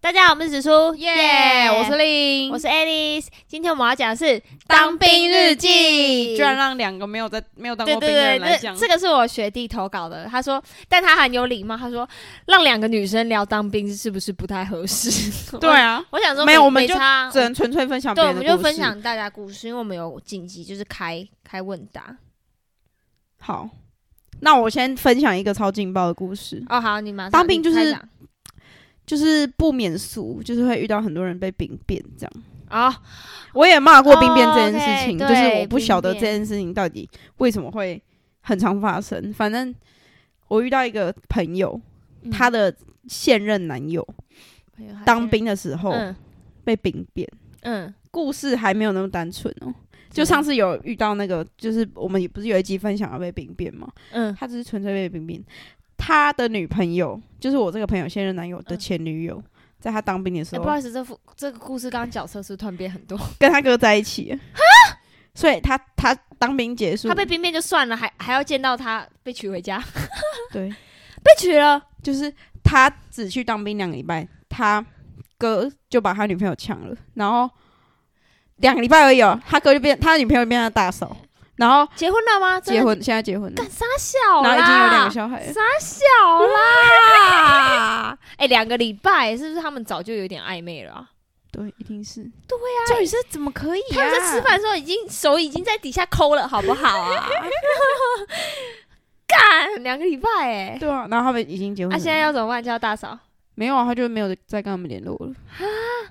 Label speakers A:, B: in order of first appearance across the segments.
A: 大家好，我们是紫苏，
B: 耶我是令，
A: 我是 Alice。今天我们要讲的是
B: 居然让两个没有在没有当
A: 对
B: 过兵
A: 对
B: 的
A: 对，
B: 人来
A: 这
B: 讲，
A: 这个是我学弟投稿的，他说，但他很有礼貌，他说让两个女生聊当兵是不是不太合适？
B: 对啊，
A: 我，我想说
B: 没有我们就
A: 差
B: 只能纯粹分享别
A: 对，我
B: 人的
A: 们
B: 故
A: 就
B: 事。
A: 分享大家故事，因为我们有紧急就是开开问答。
B: 好。那我先分享一个超劲爆的故事，
A: 哦，好，你马上
B: 当兵就是
A: 你开讲
B: 就是不免俗，就是会遇到很多人被兵变这样。
A: 哦，
B: 我也骂过兵变这件事情
A: 哦，OK，
B: 就是
A: 对
B: 我不晓得
A: 兵
B: 这
A: 变
B: 件事情到底为什么会很常发生。反正我遇到一个朋友，
A: 嗯
B: 她的现任男友
A: 哎呦
B: 当兵的时候
A: 嗯
B: 被兵变，
A: 嗯，
B: 故事还没有那么单纯哦。就
A: 嗯
B: 上次有遇到那个，就是我们也不是有一集分享要被兵变吗？
A: 嗯
B: 他只是纯粹被兵变。他的女朋友就是我这个朋友现任男友的
A: 嗯
B: 前女友，在他当兵的时
A: 哎，
B: 候
A: 不好意思，这副这个故事刚刚角色是不是突然变很多，
B: 跟他哥在一起，所以他他当兵结束，
A: 他被兵变就算了，还还要见到他被娶回 家，被
B: 对
A: 娶了，
B: 就是他只去当兵两个礼拜，他哥就把他女朋友抢了，然后两个礼拜而已哦，他哥就变他的女朋友变他大嫂，然后
A: 结婚了吗？真的
B: 结，婚现在结婚了
A: 干，傻小啦，
B: 然后已经有两个小孩了，
A: 傻小啦， 哎，两个礼拜是不是他们早就有点暧昧了啊？
B: 对，一定是
A: 这女生怎么可以、啊？他们在吃饭的时候已经手已经在底下抠了，好不好啊？ 干两个礼拜哎、
B: 对啊，然后他们已经结婚
A: 那、
B: 了，
A: 现在要怎么办？叫大嫂？
B: 没有啊，他就没有再跟他们联络了，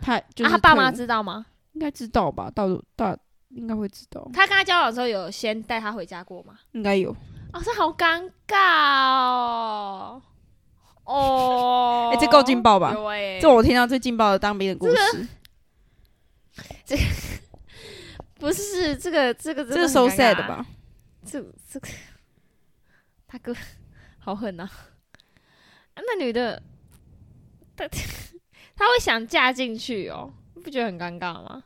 B: 他就是
A: 啊，他爸
B: 退伍
A: 妈知道吗？
B: 应该知道吧，到大应该会知道，
A: 他跟他交往的时候有先带他回家过吗？
B: 应该有，
A: 哦，这好尴尬哦。哦，
B: 哎、这够劲爆吧？
A: 有哎、
B: 这我听到最劲爆的当兵的故事，
A: 不是这个这个真的
B: 这是
A: 很
B: so
A: 尴尬
B: sad 吧？
A: 这这个他哥好狠呐、啊！那女的，她她会想嫁进去哦，不觉得很尴尬吗？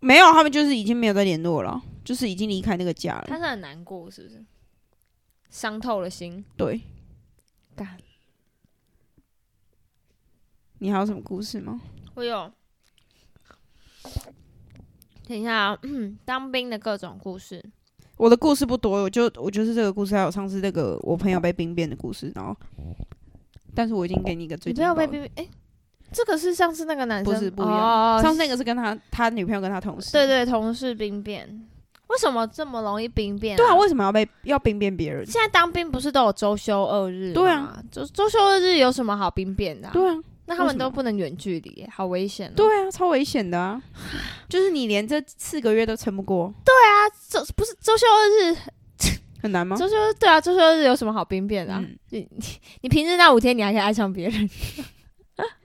B: 没有，他们就是已经没有再联络了，就是已经离开那个家
A: 她
B: 了。
A: 是很难过，是不是？伤透了心。
B: 对，
A: 干，
B: 你还有什么故事吗？
A: 我有。等一下、啊，当兵的各种故事。
B: 我的故事不多，我就我就是这个故事，还有上次那个我朋友被兵变的故事，然后，但是我已经给你一个最
A: 你不
B: 劲爆
A: 要
B: 的
A: 被逼，哎、这个是上次那个男生
B: 不是不一样，
A: 哦、
B: 上次那个是跟他他女朋友跟他同事，
A: 对对，同事兵变，为什么这么容易兵变、
B: 对啊，为什么要被要兵变别人？
A: 现在当兵不是都有周休二日？
B: 对
A: 啊
B: 啊，
A: 周周休二日有什么好兵变的、啊？
B: 对啊，
A: 那他
B: 为
A: 们
B: 什么
A: 都不能远距离耶，好危险、哦。
B: 对啊，超危险 的啊！就是你连这四个月都撑不过，
A: 啊周不是周休二日，
B: 很难吗？
A: 周休对啊，周休二日有什么好兵变的、啊？
B: 嗯
A: 你你你平日那五天，你还可以爱上别人。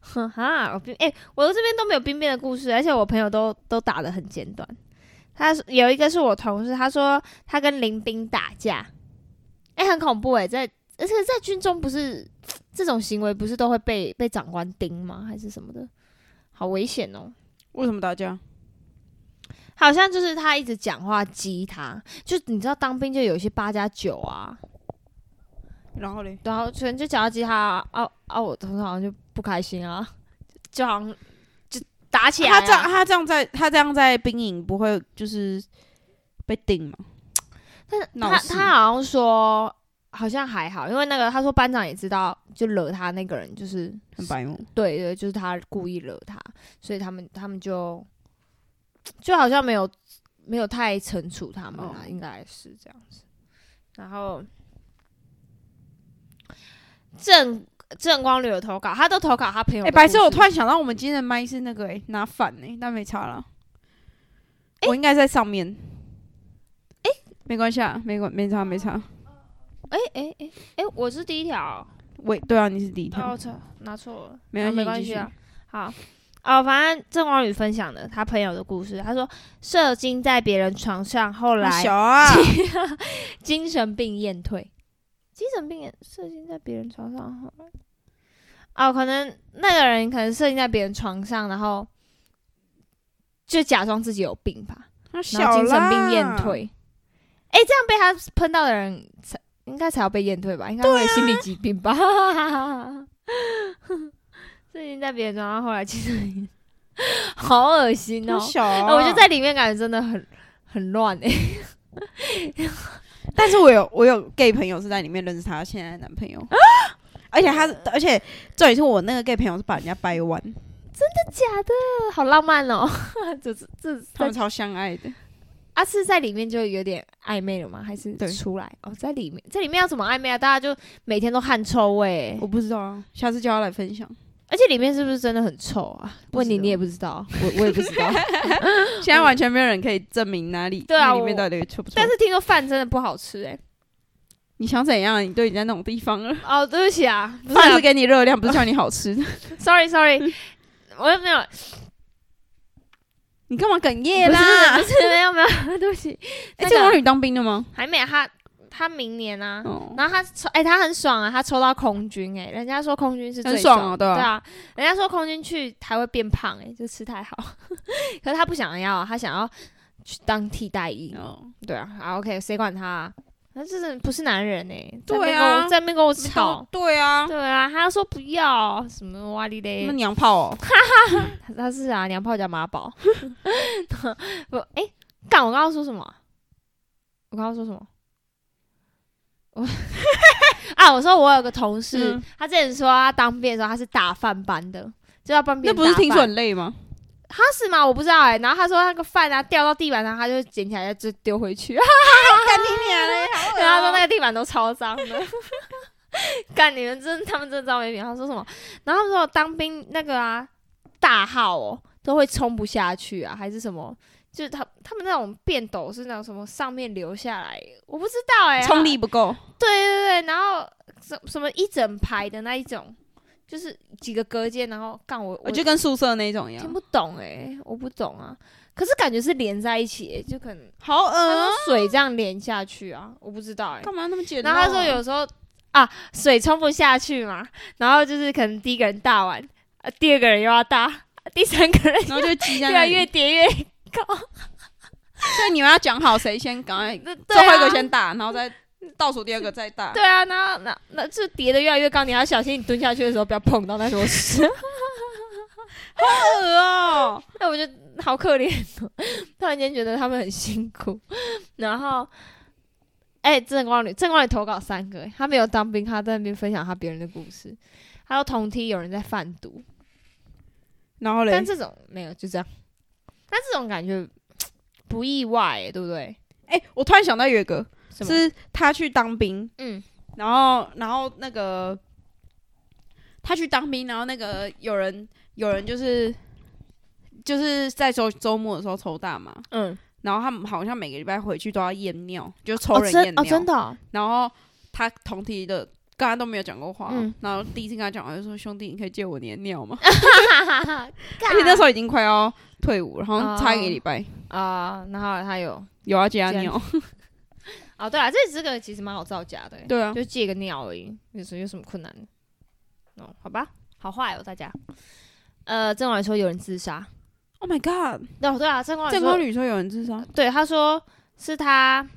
A: 哼哈，我兵哎、我这边都没有兵变的故事，而且我朋友都都打的很简短。他是有一个是我同事，他说他跟林兵打架，哎、很恐怖哎、在而且在军中不是这种行为不是都会被被长官盯吗？还是什么的，好危险哦、
B: 为什么打架？
A: 好像就是他一直讲话激他，就你知道当兵就有一些八加九啊，
B: 然后嘞，
A: 然后可能就讲到吉他啊啊啊！我同事好像就不开心啊， 就就好像就打起来、
B: 他
A: 啊。
B: 这样他这样在他这样在兵营不会就是被定吗？
A: 但是
B: 闹
A: 他
B: 事
A: 他好像说好像还好，因为那个他说班长也知道，就惹他那个人就是
B: 很白目，
A: 对对，就是他故意惹他，所以他们他们就就好像没有没有太惩处他们啦，
B: 哦
A: 应该是这样子。然后正正光旅有投稿，他都投稿他朋友
B: 哎、
A: 的故事。
B: 白痴！我突然想到，我们今天的麦是那个哎、拿反哎、但没差了。我应该在上面。哎、没关系啊，没关没差没差。
A: 哎哎哎哎，我是第一条，
B: 喂，对啊，你是第一
A: 哦，
B: 条，
A: 我操，拿错了，
B: 没
A: 啊
B: 关系
A: 没关系啊。好，哦，反正郑光宇分享的他朋友的故事，他说射精在别人床上，后来
B: 小啊，
A: 精神病验退，精神病也射精在别人床上，后来哦，可能那个人可能射精在别人床上，然后就假装自己有病吧，
B: 他
A: 然后
B: 小
A: 精神病
B: 啦
A: 验。退。哎、这样被他喷到的人
B: 啊
A: 才应该才要被验退吧？应该会有心理疾病吧？最近在别人床上，后来其实好恶心哦、
B: 很小啊
A: 哎我觉得在里面感觉真的很很乱 哎、
B: 但是我有我有 gay 朋友是在里面认识她现在的男朋友，而且他而且重点是我那个 gay 朋友是把人家掰弯，
A: 假的，好浪漫哦、这这这
B: 他们超相爱的。
A: 啊是在里面就有点暧昧了吗？还是
B: 对
A: 出来？哦，在里面，在里面要怎么暧昧啊？大家就每天都汗臭味、欸
B: 我不知道啊，下次叫他来分享。
A: 而且里面是不是真的很臭啊？
B: 不
A: 问
B: 知
A: 你
B: 道
A: 你也不知道，
B: 我我也不知 道，现在完全没有人可以证明哪里
A: 对啊
B: 那里面
A: 我
B: 到底臭不臭。
A: 但是听说饭真的不好吃哎、
B: 你想怎样？你都已经在那种 地方了，
A: 哦，对不起啊，不是
B: 饭
A: 啊
B: 是给你热量，不是叫嗯你 好吃的。
A: ，sorry sorry，我又没有，
B: 你干嘛哽
A: 不
B: 咽
A: 是
B: 啦
A: 不？是没有没有，对不起，
B: 哎，
A: 那
B: 这个
A: 啊个
B: 女当兵的吗？
A: 还没他他明年啊，
B: 哦，
A: 然后他抽，哎、他很爽啊，他抽到空军、哎，人家说空军是最
B: 很爽
A: 的
B: 啊
A: 对
B: 对啊
A: 人家说空军去还会变胖、哎，就吃太好， 可是他不想要啊，他想要去当替代役，
B: 哦，
A: 对啊，好 OK，谁管他、啊？他真的不是男人哎、在那
B: 对
A: 边跟我
B: 啊
A: 在那边跟我
B: 都
A: 吵，
B: 对啊，
A: 对啊，他说不要什么哇哩嘞
B: 那，娘炮哦，
A: 他他是啊娘炮加妈宝， 不哎，干、我刚刚说什么啊？我刚刚说什么？我 啊，我说我有个同事，
B: 嗯
A: 他之前说他当兵的时候他是打饭班的，就要帮别
B: 那
A: 人
B: 不是
A: 打饭
B: 听说很累吗？
A: 他是吗？我不知道哎、然后他说那个饭啊掉到地板上，他就捡起来就丢回 去，
B: 干你娘嘞！
A: 欸然后他说那个地板都超脏的。 干你们真，他们真的招没品。他说什么？然后他们说当兵那个啊，大号哦，都会冲不下去啊，还是什么？就是他他们那种变斗是那种什么上面流下来，我不知道哎、
B: 冲力不够，
A: 对对对，然后什什么一整排的那一种，就是几个隔间，然后干我
B: 我就跟宿舍那一种一
A: 听
B: 样，
A: 不懂哎、我不懂啊。可是感觉是连在一起、欸，就可能
B: 好
A: 它
B: 恶
A: 用
B: 哦
A: 水这样连下去啊，我不知道哎、
B: 干嘛那么简
A: 然
B: 单？
A: 后他说有时候啊，水冲不下去嘛，然后就是可能第一个人大完，呃第二个人又要大，第三个人
B: 然后就积在
A: 越
B: 那
A: 来
B: 里
A: 越叠越 高。
B: 所以你们要讲好谁先赶快，
A: 那对
B: 最后一个
A: 啊，
B: 先打，然后再倒数第二个再打。
A: 对啊，然后那那就叠的越来越高，你要小心，你蹲下去的时候不要碰到那坨屎。
B: 好恶哦，
A: 那我就好可怜哦，突然间觉得他们很辛苦。然后，哎、郑光宇，郑光宇投稿三个，欸他没有当兵，他在那边分享他别人的故事。他说同梯有人在贩毒，
B: 然后嘞
A: 但，这种没有，就这样。但这种感觉不意外、欸，对不对？
B: 哎，我突然想到有一个，
A: 什么？
B: 是他去当兵，
A: 嗯，
B: 然后然后那个他去当兵，然后那个有人有人就是就是在周周末的时候抽大麻，
A: 嗯，
B: 然后他们好像每个礼拜回去都要验尿，就抽
A: 哦，
B: 人验
A: 真
B: 尿，
A: 哦，真的哦、
B: 然后他同梯的。刚刚都没有讲过话，
A: 嗯
B: 然后第一次跟他讲话就说：“兄弟，你可以借我你的 尿吗？”
A: 哈哈哈！
B: 而且那时候已经快要退伍，然后
A: 哦
B: 差一个礼拜、
A: 候啊、然后他有
B: 有要借他
A: 这样
B: 尿。
A: 哦，对啊，这这个其实蛮好造假的欸、
B: 对啊，
A: 就借个尿而已，有什有什么困难？哦，好吧，好坏哦，大家。呃，郑光宇说有人自杀，
B: Oh my god！
A: 对、哦、对啊，郑光宇
B: 正宫
A: 说，
B: 女说有人自杀，
A: 对他说是他，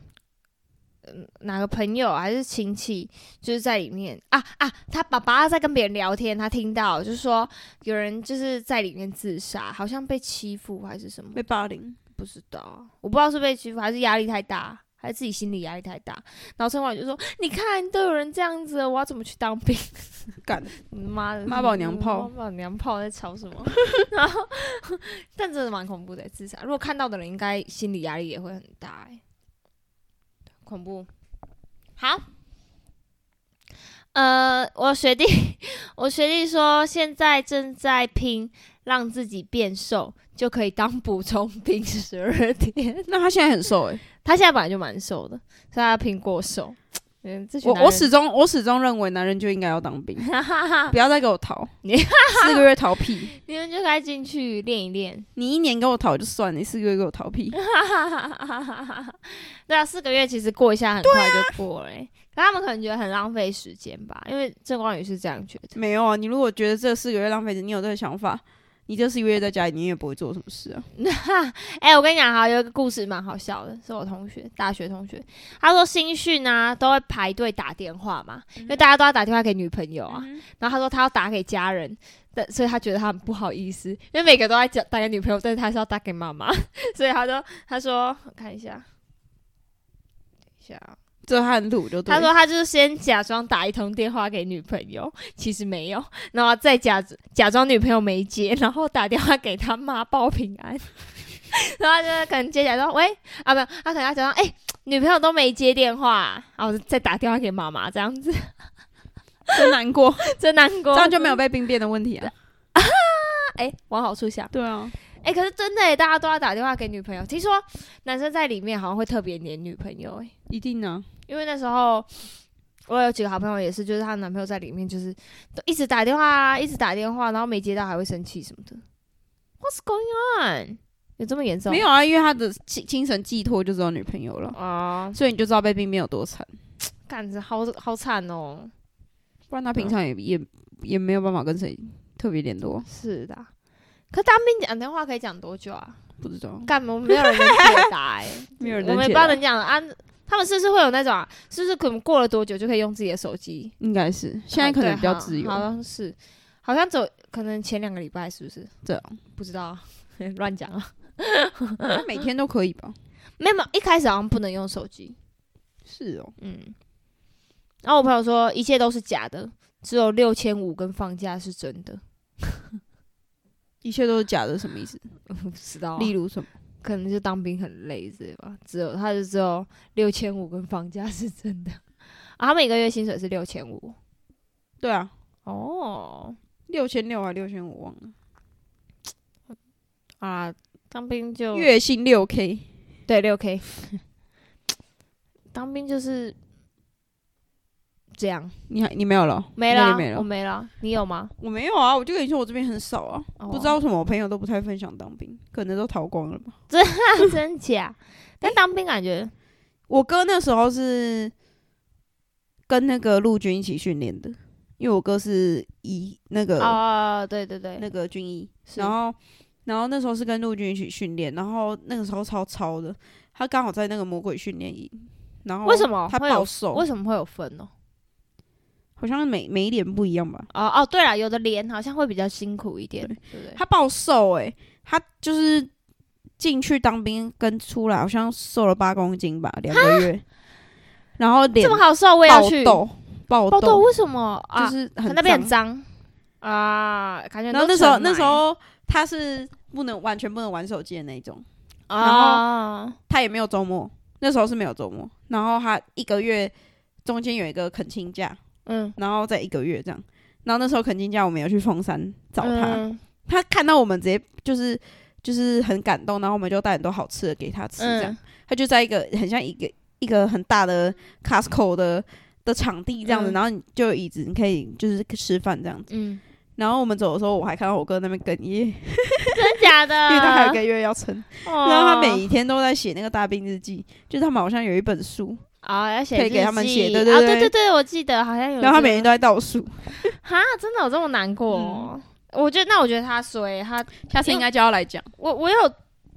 A: 嗯，哪个朋友还是亲戚，就是在里面啊啊，他爸爸在跟别人聊天，他听到就是说有人就是在里面自杀，好像被欺负还是什么，
B: 被霸凌。
A: 不知道，我不知道是被欺负还是压力太大，还是自己心理压力太大。然后陈婉就说：“你看都有人这样子了，我要怎么去当兵？”
B: 干
A: 你妈的
B: 妈宝娘炮
A: 妈宝娘炮在吵什 么？然后， 但真的蛮恐怖的，自杀。如果看到的人，应该心理压力也会很大、欸，恐怖。好，呃，我学弟， 我学弟说现在正在拼让自己变瘦，就可以当补充兵十二天。
B: 那他现在很瘦哎、
A: 他现在本来就蛮瘦的，所以他拼过瘦。嗯，这群
B: 我
A: 男
B: 我
A: 人
B: 始终我始终认为男人就应该要当兵，不要再给我逃
A: 你，
B: 四个月逃屁，
A: 你们就该进去练一练。
B: 你一年给我逃就算，你四个月给我 逃屁，
A: 对啊，四个月其实过一下很快就过了欸、可他们可能觉得很浪费时间吧，因为郑光宇是这样觉得。
B: 没有啊！你如果觉得这四个月浪费时间，你有这个想法，你就是约在家里，你也不会做什么事啊。
A: 哎、我跟你讲哈，有一个故事蛮好笑的，是我同学，大学同学，他说新训啊都会排队打电话嘛，因为大家都要打电话给女朋友啊，
B: 嗯
A: 然后他说他要打给家人。但所以他觉得他很不好意思，因为每个都在讲打给女朋友，但是他是要打给妈 妈，所以他说他说我看一下，等一下啊
B: 这很土就对。
A: 他说他就是先假装打一通电话给女朋友， 其实没有，然后再假假装女朋友没接，然后打电话给他妈报平安， 然后他就可能接起来说喂啊不，他可能要假装哎、女朋友都没接电话，然后再打电话给妈妈这样子，
B: 真难过，
A: 真难过，
B: 这样就没有被兵变的问 题啊。
A: 哎、往好处想，
B: 对啊，
A: 哎、可是真的耶大家都要打电话给女朋友，听说男生在里面好像会特别黏女朋友哎。
B: 一定啊。
A: 因为那时候我有几个好朋友也是，就是她男朋友在里面，就是都一直打电话啊，一直打电话，然后没接到还会生气什么的。What's going on？有这么严重？
B: 没有啊，因为他的精精神寄托就只有女朋友了，
A: 啊，
B: 所以你就知道被兵变有多惨。
A: 干着好好惨哦。
B: 不然他平常也、也也没有办法跟谁特别联络，
A: 是的啊，可当兵讲电话可以讲多久啊？
B: 不知道，
A: 干嘛？没有人能解答哎、
B: 没有人
A: 我
B: 能
A: 们也不
B: 解
A: 知道
B: 答
A: 能讲了啊。他们是不是会有那种、啊，是不是可能过了多久就可以用自己的手机？
B: 应该是现在可能
A: 啊
B: 比较
A: 对
B: 自由
A: 好，好像是，好像走可能前两个礼拜是不是？
B: 对啊，
A: 不知道啊， 乱讲啊。
B: 他每天都可以 吧？
A: 没有，没有一开始好像不能用手机。
B: 是哦，
A: 嗯，然后我朋友说一切都是假的，只有六千五跟放假是真的。
B: 一切都是假的，什么意思？
A: 不知道啊、
B: 例如什么？
A: 可能就当兵很累之类吧。只有他就只有六千五跟放假是真的。啊，他每个月薪水是六千五。
B: 对啊，
A: 哦，
B: 六千六还六千五忘了，
A: 啊，当兵就
B: 哦月薪六 K，
A: 对六 K。当兵就是这样，
B: 你还你没有了？
A: 没了啊，
B: 那你没
A: 我
B: 了？
A: 没了啊，你有吗？
B: 我没有啊，我就跟你说我这边很少啊，
A: 哦
B: 不知 道为什么我朋友都不太分享当兵，可能都逃光了吧。
A: 真假？ 但当兵感觉
B: 我哥那时候是跟那个陆军一起训练的，因为我哥是一那个、
A: 哦，对对对，
B: 那个军医，
A: 是
B: 然后然后那时候是跟陆军一起训练，然后那个时候超超的，他刚好在那个魔鬼训练营，然后
A: 为什么
B: 他
A: 会有
B: 暴瘦？
A: 为什么会有分呢、
B: 好像每每一点不一样吧？
A: 哦哦，对了，有的连好像会比较辛苦一点，对不对？
B: 他暴瘦诶、他就是进去当兵跟出来好像瘦了八公斤吧，两个月，然后脸
A: 这么好瘦，我也要
B: 爆
A: 去。
B: 痘，爆
A: 爆痘
B: 痘，
A: 为什么啊？
B: 就是
A: 可
B: 很
A: 那边很脏啊，感觉
B: 然
A: 都
B: 后那时候
A: 尘
B: 那时
A: 螨
B: 候他是不能完全不能玩手机的那一种，
A: 哦啊，
B: 他也没有周末，那时候是没有周末。然后他一个月中间有一个恳亲假，
A: 嗯，
B: 然后再一个月这样。然后那时候恳亲假我们有去凤山找他，
A: 嗯
B: 他看到我们直接就是就是很感动，然后我们就带很多好吃的给他吃，这样。
A: 嗯
B: 他就在一个很像一个一个很大的 Costco 的的场地这样子，
A: 嗯
B: 然后你就有椅子，你可以就是吃饭这样子。
A: 嗯，
B: 然后我们走的时候，我还看到我哥那边哽咽，
A: 真假的？
B: 因为他还有一个月要撑，
A: 啊哦
B: 然后他每一天都在写那个大兵日记，就是他们好像有一本书，
A: 啊要写
B: 可以给
A: 日
B: 他们
A: 记
B: 写对
A: 啊
B: 对
A: 对
B: 对
A: 对对，我记得好像有这个。
B: 然后他每天都在倒数。
A: 哈，真的有这么难过
B: 嗯
A: 哦？我觉得那我觉得他衰，他
B: 下
A: 次应
B: 该叫他来讲。
A: 我我有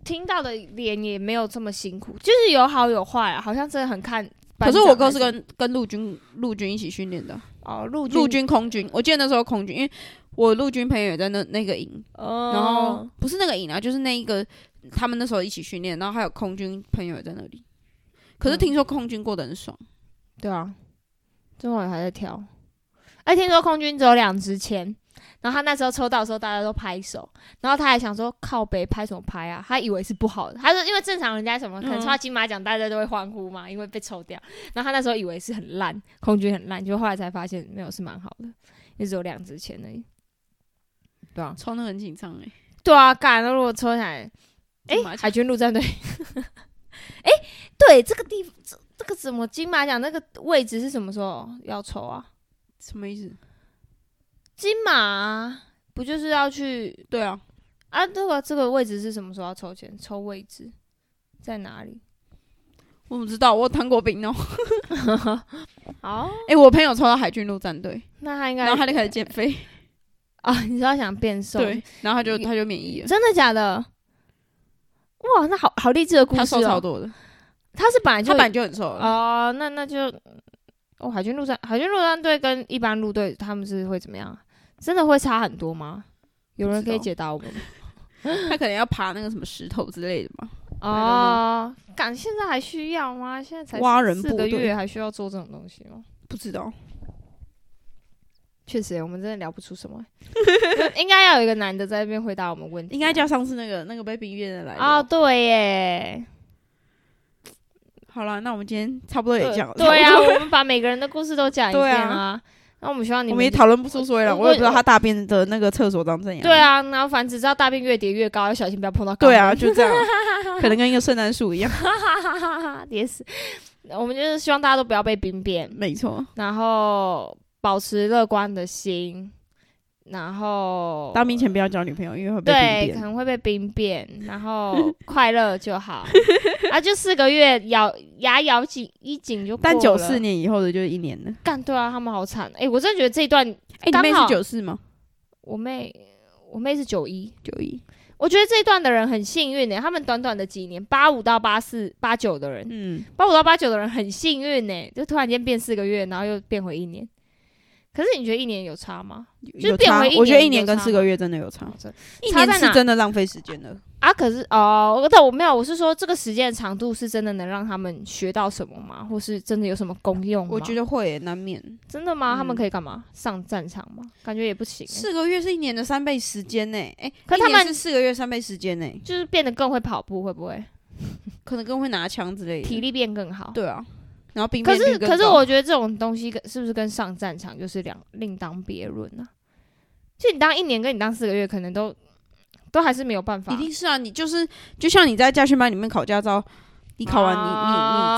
A: 听到的脸也没有这么辛苦，就是有好有坏、啊，好像真的很看班长还。
B: 可是我哥是跟跟陆军陆军一起训练的，啊
A: 哦陆
B: 陆军空军。我记得那时候空军，因为我陆军朋友也在那那个营，
A: 哦，
B: 然后不是那个营啊，就是那一个他们那时候一起训练，然后还有空军朋友也在那里。可是
A: 嗯
B: 听说空军过得很爽，
A: 对啊，最后还在挑。哎，听说空军只有两支签，然后他那时候抽到的时候，大家都拍手，然后他还想说靠北拍什么拍啊？他以为是不好的，他说因为正常人家什么可能抽到金马奖，大家都会欢呼嘛，因为被抽掉。然后他那时候以为是很烂，空军很烂，就后来才发现没有是蛮好的，也只有两支签而已。对啊，
B: 抽那个很紧张哎。
A: 对啊，干！那如果抽起来，哎、
B: 金马奖
A: 海军陆战队， 哎、对，这个地这这个怎么金马奖那个位置是什么时候要抽啊？
B: 什么意思？
A: 金马啊不就是要去
B: 对啊，
A: 啊？这个这个位置是什么时候要抽签？抽位置在哪里？
B: 我怎么知道？我有当过兵哦。 欸
A: 哦，
B: 哎，我朋友抽到海军陆战队，
A: 那他应该
B: 然后他就开始减肥。
A: 哦，你知道想变瘦？
B: 对，然后他就他就免疫了，
A: 真的假的？哇，那好好励志的故
B: 他
A: 事
B: 瘦超
A: 哦！
B: 多的，
A: 他是本来就
B: 他本来就很瘦了。
A: 哦、那那就哦，海军陆战海军陆战队跟一般陆队他们是会怎么样啊？真的会差很多吗？有人可以解答我们吗？
B: 他可能要爬那个什么石头之类的嘛。
A: 哦，敢现在还需要吗？现在才
B: 挖人
A: 四
B: 部
A: 个
B: 队
A: 月，还需要做这种东西吗？
B: 不知道，
A: 确实，我们真的聊不出什么。 应该要有一个男的在那边回答我们问题。
B: 应该叫上次那个那个被冰月的来
A: 哦，
B: 啊。
A: 对耶，
B: 好了，那我们今天差不多也这样了。
A: 对
B: 差
A: 啊，
B: 不多
A: 我们把每个人的故事都讲一
B: 对
A: 遍
B: 啊
A: 啊。那我们希望你们
B: 我们也讨论不出所以然，
A: 我
B: 我也不知道他大便的那个厕所长怎样。
A: 对，啊，然后反正只知道大便越叠越高，要小心不要碰到。
B: 对啊，，就这样，可能跟一个圣诞树一样。
A: 哈哈哈哈哈， 也是。我们就是希望大家都不要被兵变，
B: 没错，
A: 然后保持乐观的心，然后
B: 当兵前不要交女朋友，因为会被
A: 对可
B: 冰变。
A: 能会被兵变，然 后快乐就好。啊，就四个月咬牙咬紧一紧就过
B: 但九
A: 了
B: 四年以后的就是一年了。
A: 干对啊，他们好惨。哎、我真的觉得这一段，
B: 哎，你
A: 刚
B: 妹是
A: 好
B: 九四吗？
A: 我妹我妹是九一，
B: 九一。
A: 我觉得这一段的人很幸运欸呢、他们短短的几年，八五到八四、八九的人，
B: 嗯，
A: 八五到八九的人很幸运呢、就突然间变四个月，然后又变回一年。可是你觉得一年有差吗？就是
B: 有
A: 变
B: 差
A: 回一。
B: 我觉得
A: 年
B: 一
A: 有
B: 年跟
A: 差
B: 四个月真的有差，一
A: 差
B: 年
A: 在
B: 是
A: 哪
B: 真的浪费时间了。
A: 啊？可是哦，但我没有，我是说这个时间的长度是真的能让他们学到什么吗？或是真的有什么功用吗？
B: 我觉得会耶，难免。
A: 真的吗？他们
B: 嗯
A: 可以干嘛？上战场吗？感觉也不行欸、
B: 四个月是一年的三倍时间呢、哎、
A: 可
B: 可
A: 他们
B: 是四个月三倍时间呢、
A: 就是变得更会跑步，会不会
B: 可能更会拿枪之类的。
A: 体力变更好？
B: 对啊，然后兵
A: 可
B: 变
A: 是
B: 率更
A: 可是
B: 高
A: 我觉得这种东西跟是不是跟上战场就是两另当别论啊？就你当一年跟你当四个月，可能都都还是没有办法
B: 一。定是啊，你就是就像你在家训班里面考驾照，你考完你、
A: 啊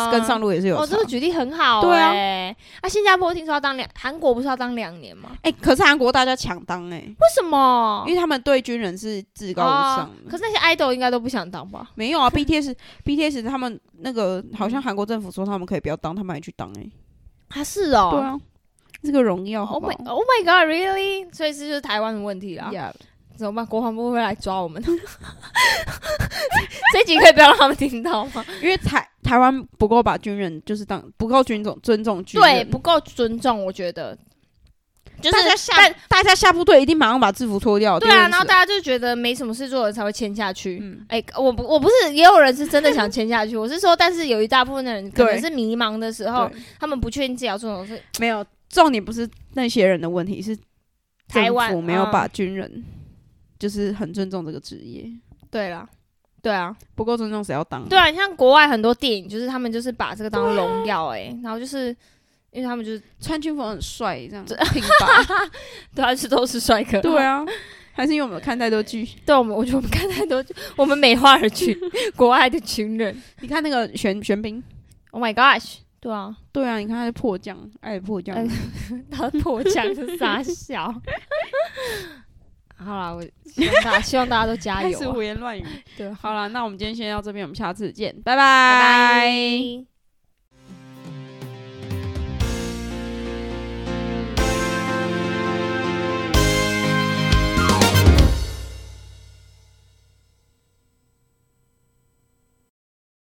B: 你你跟上路也是有
A: 哦，
B: 差。
A: 这个举例很好、
B: 对啊
A: 欸，啊，新加坡听说要当两，韩国不是要当两年吗？
B: 哎、可是韩国大家抢当哎、
A: 为什么？
B: 因为他们对军人是至高无上
A: 哦
B: 的。
A: 可是那些 idol 应该都不想当吧？
B: 没有啊，BTS BTS 他们那个
A: 嗯
B: 好像韩国政府说他们可以不要当，他们还去当哎、
A: 啊，是哦。
B: 对啊，这个荣耀好
A: Oh
B: 不好
A: my, oh my god, really？所以这就是台湾的问题啦。
B: Yeah
A: 怎么办？国防部会来抓我们？ 这集可以不要让他们听到吗？
B: 因为台台湾不够把军人就是当不够军种尊重军
A: 对，
B: 人，
A: 不够尊重，我觉得。就是
B: 大家下哦
A: 但
B: 大家下部队一定马上把制服脱掉。
A: 对啊，
B: 丢人
A: 然后
B: 死
A: 大家就觉得没什么事做了才会签下去。
B: 嗯
A: 哎、我不我不是，也有人是真的想签下去。我是说，但是有一大部分的人可能
B: 对
A: 是迷茫的时候
B: 对，
A: 他们不确定自己要做什么事。
B: 没有重点不是那些人的问题，是
A: 台湾
B: 政府没有
A: 嗯
B: 把军人就是很尊重这个职业，
A: 对啦，对啊，
B: 不够尊重谁要当？
A: 对啊，你像国外很多电影，就是他们就是把这个当荣耀、哎、然后就是因为他 们就是
B: 穿军服很帅，这样挺拔。
A: 对啊，是都是帅哥，
B: 对啊，还是因为我们看太多剧。
A: 对，我们我觉得我们看太多， 我们美化了 群国外的群人。
B: 你看那个玄玄彬，
A: Oh my gosh！对啊，
B: 对啊，你看他是迫降，爱迫降
A: 哎，他破墙是傻笑。 好啦，我希望大家希望大家都加
B: 开
A: 油、
B: 始
A: 啊
B: 胡。言乱语。
A: 对，好，
B: 好了，那我们今天先到这边，我们下次见，
A: 拜
B: 拜拜
A: 拜。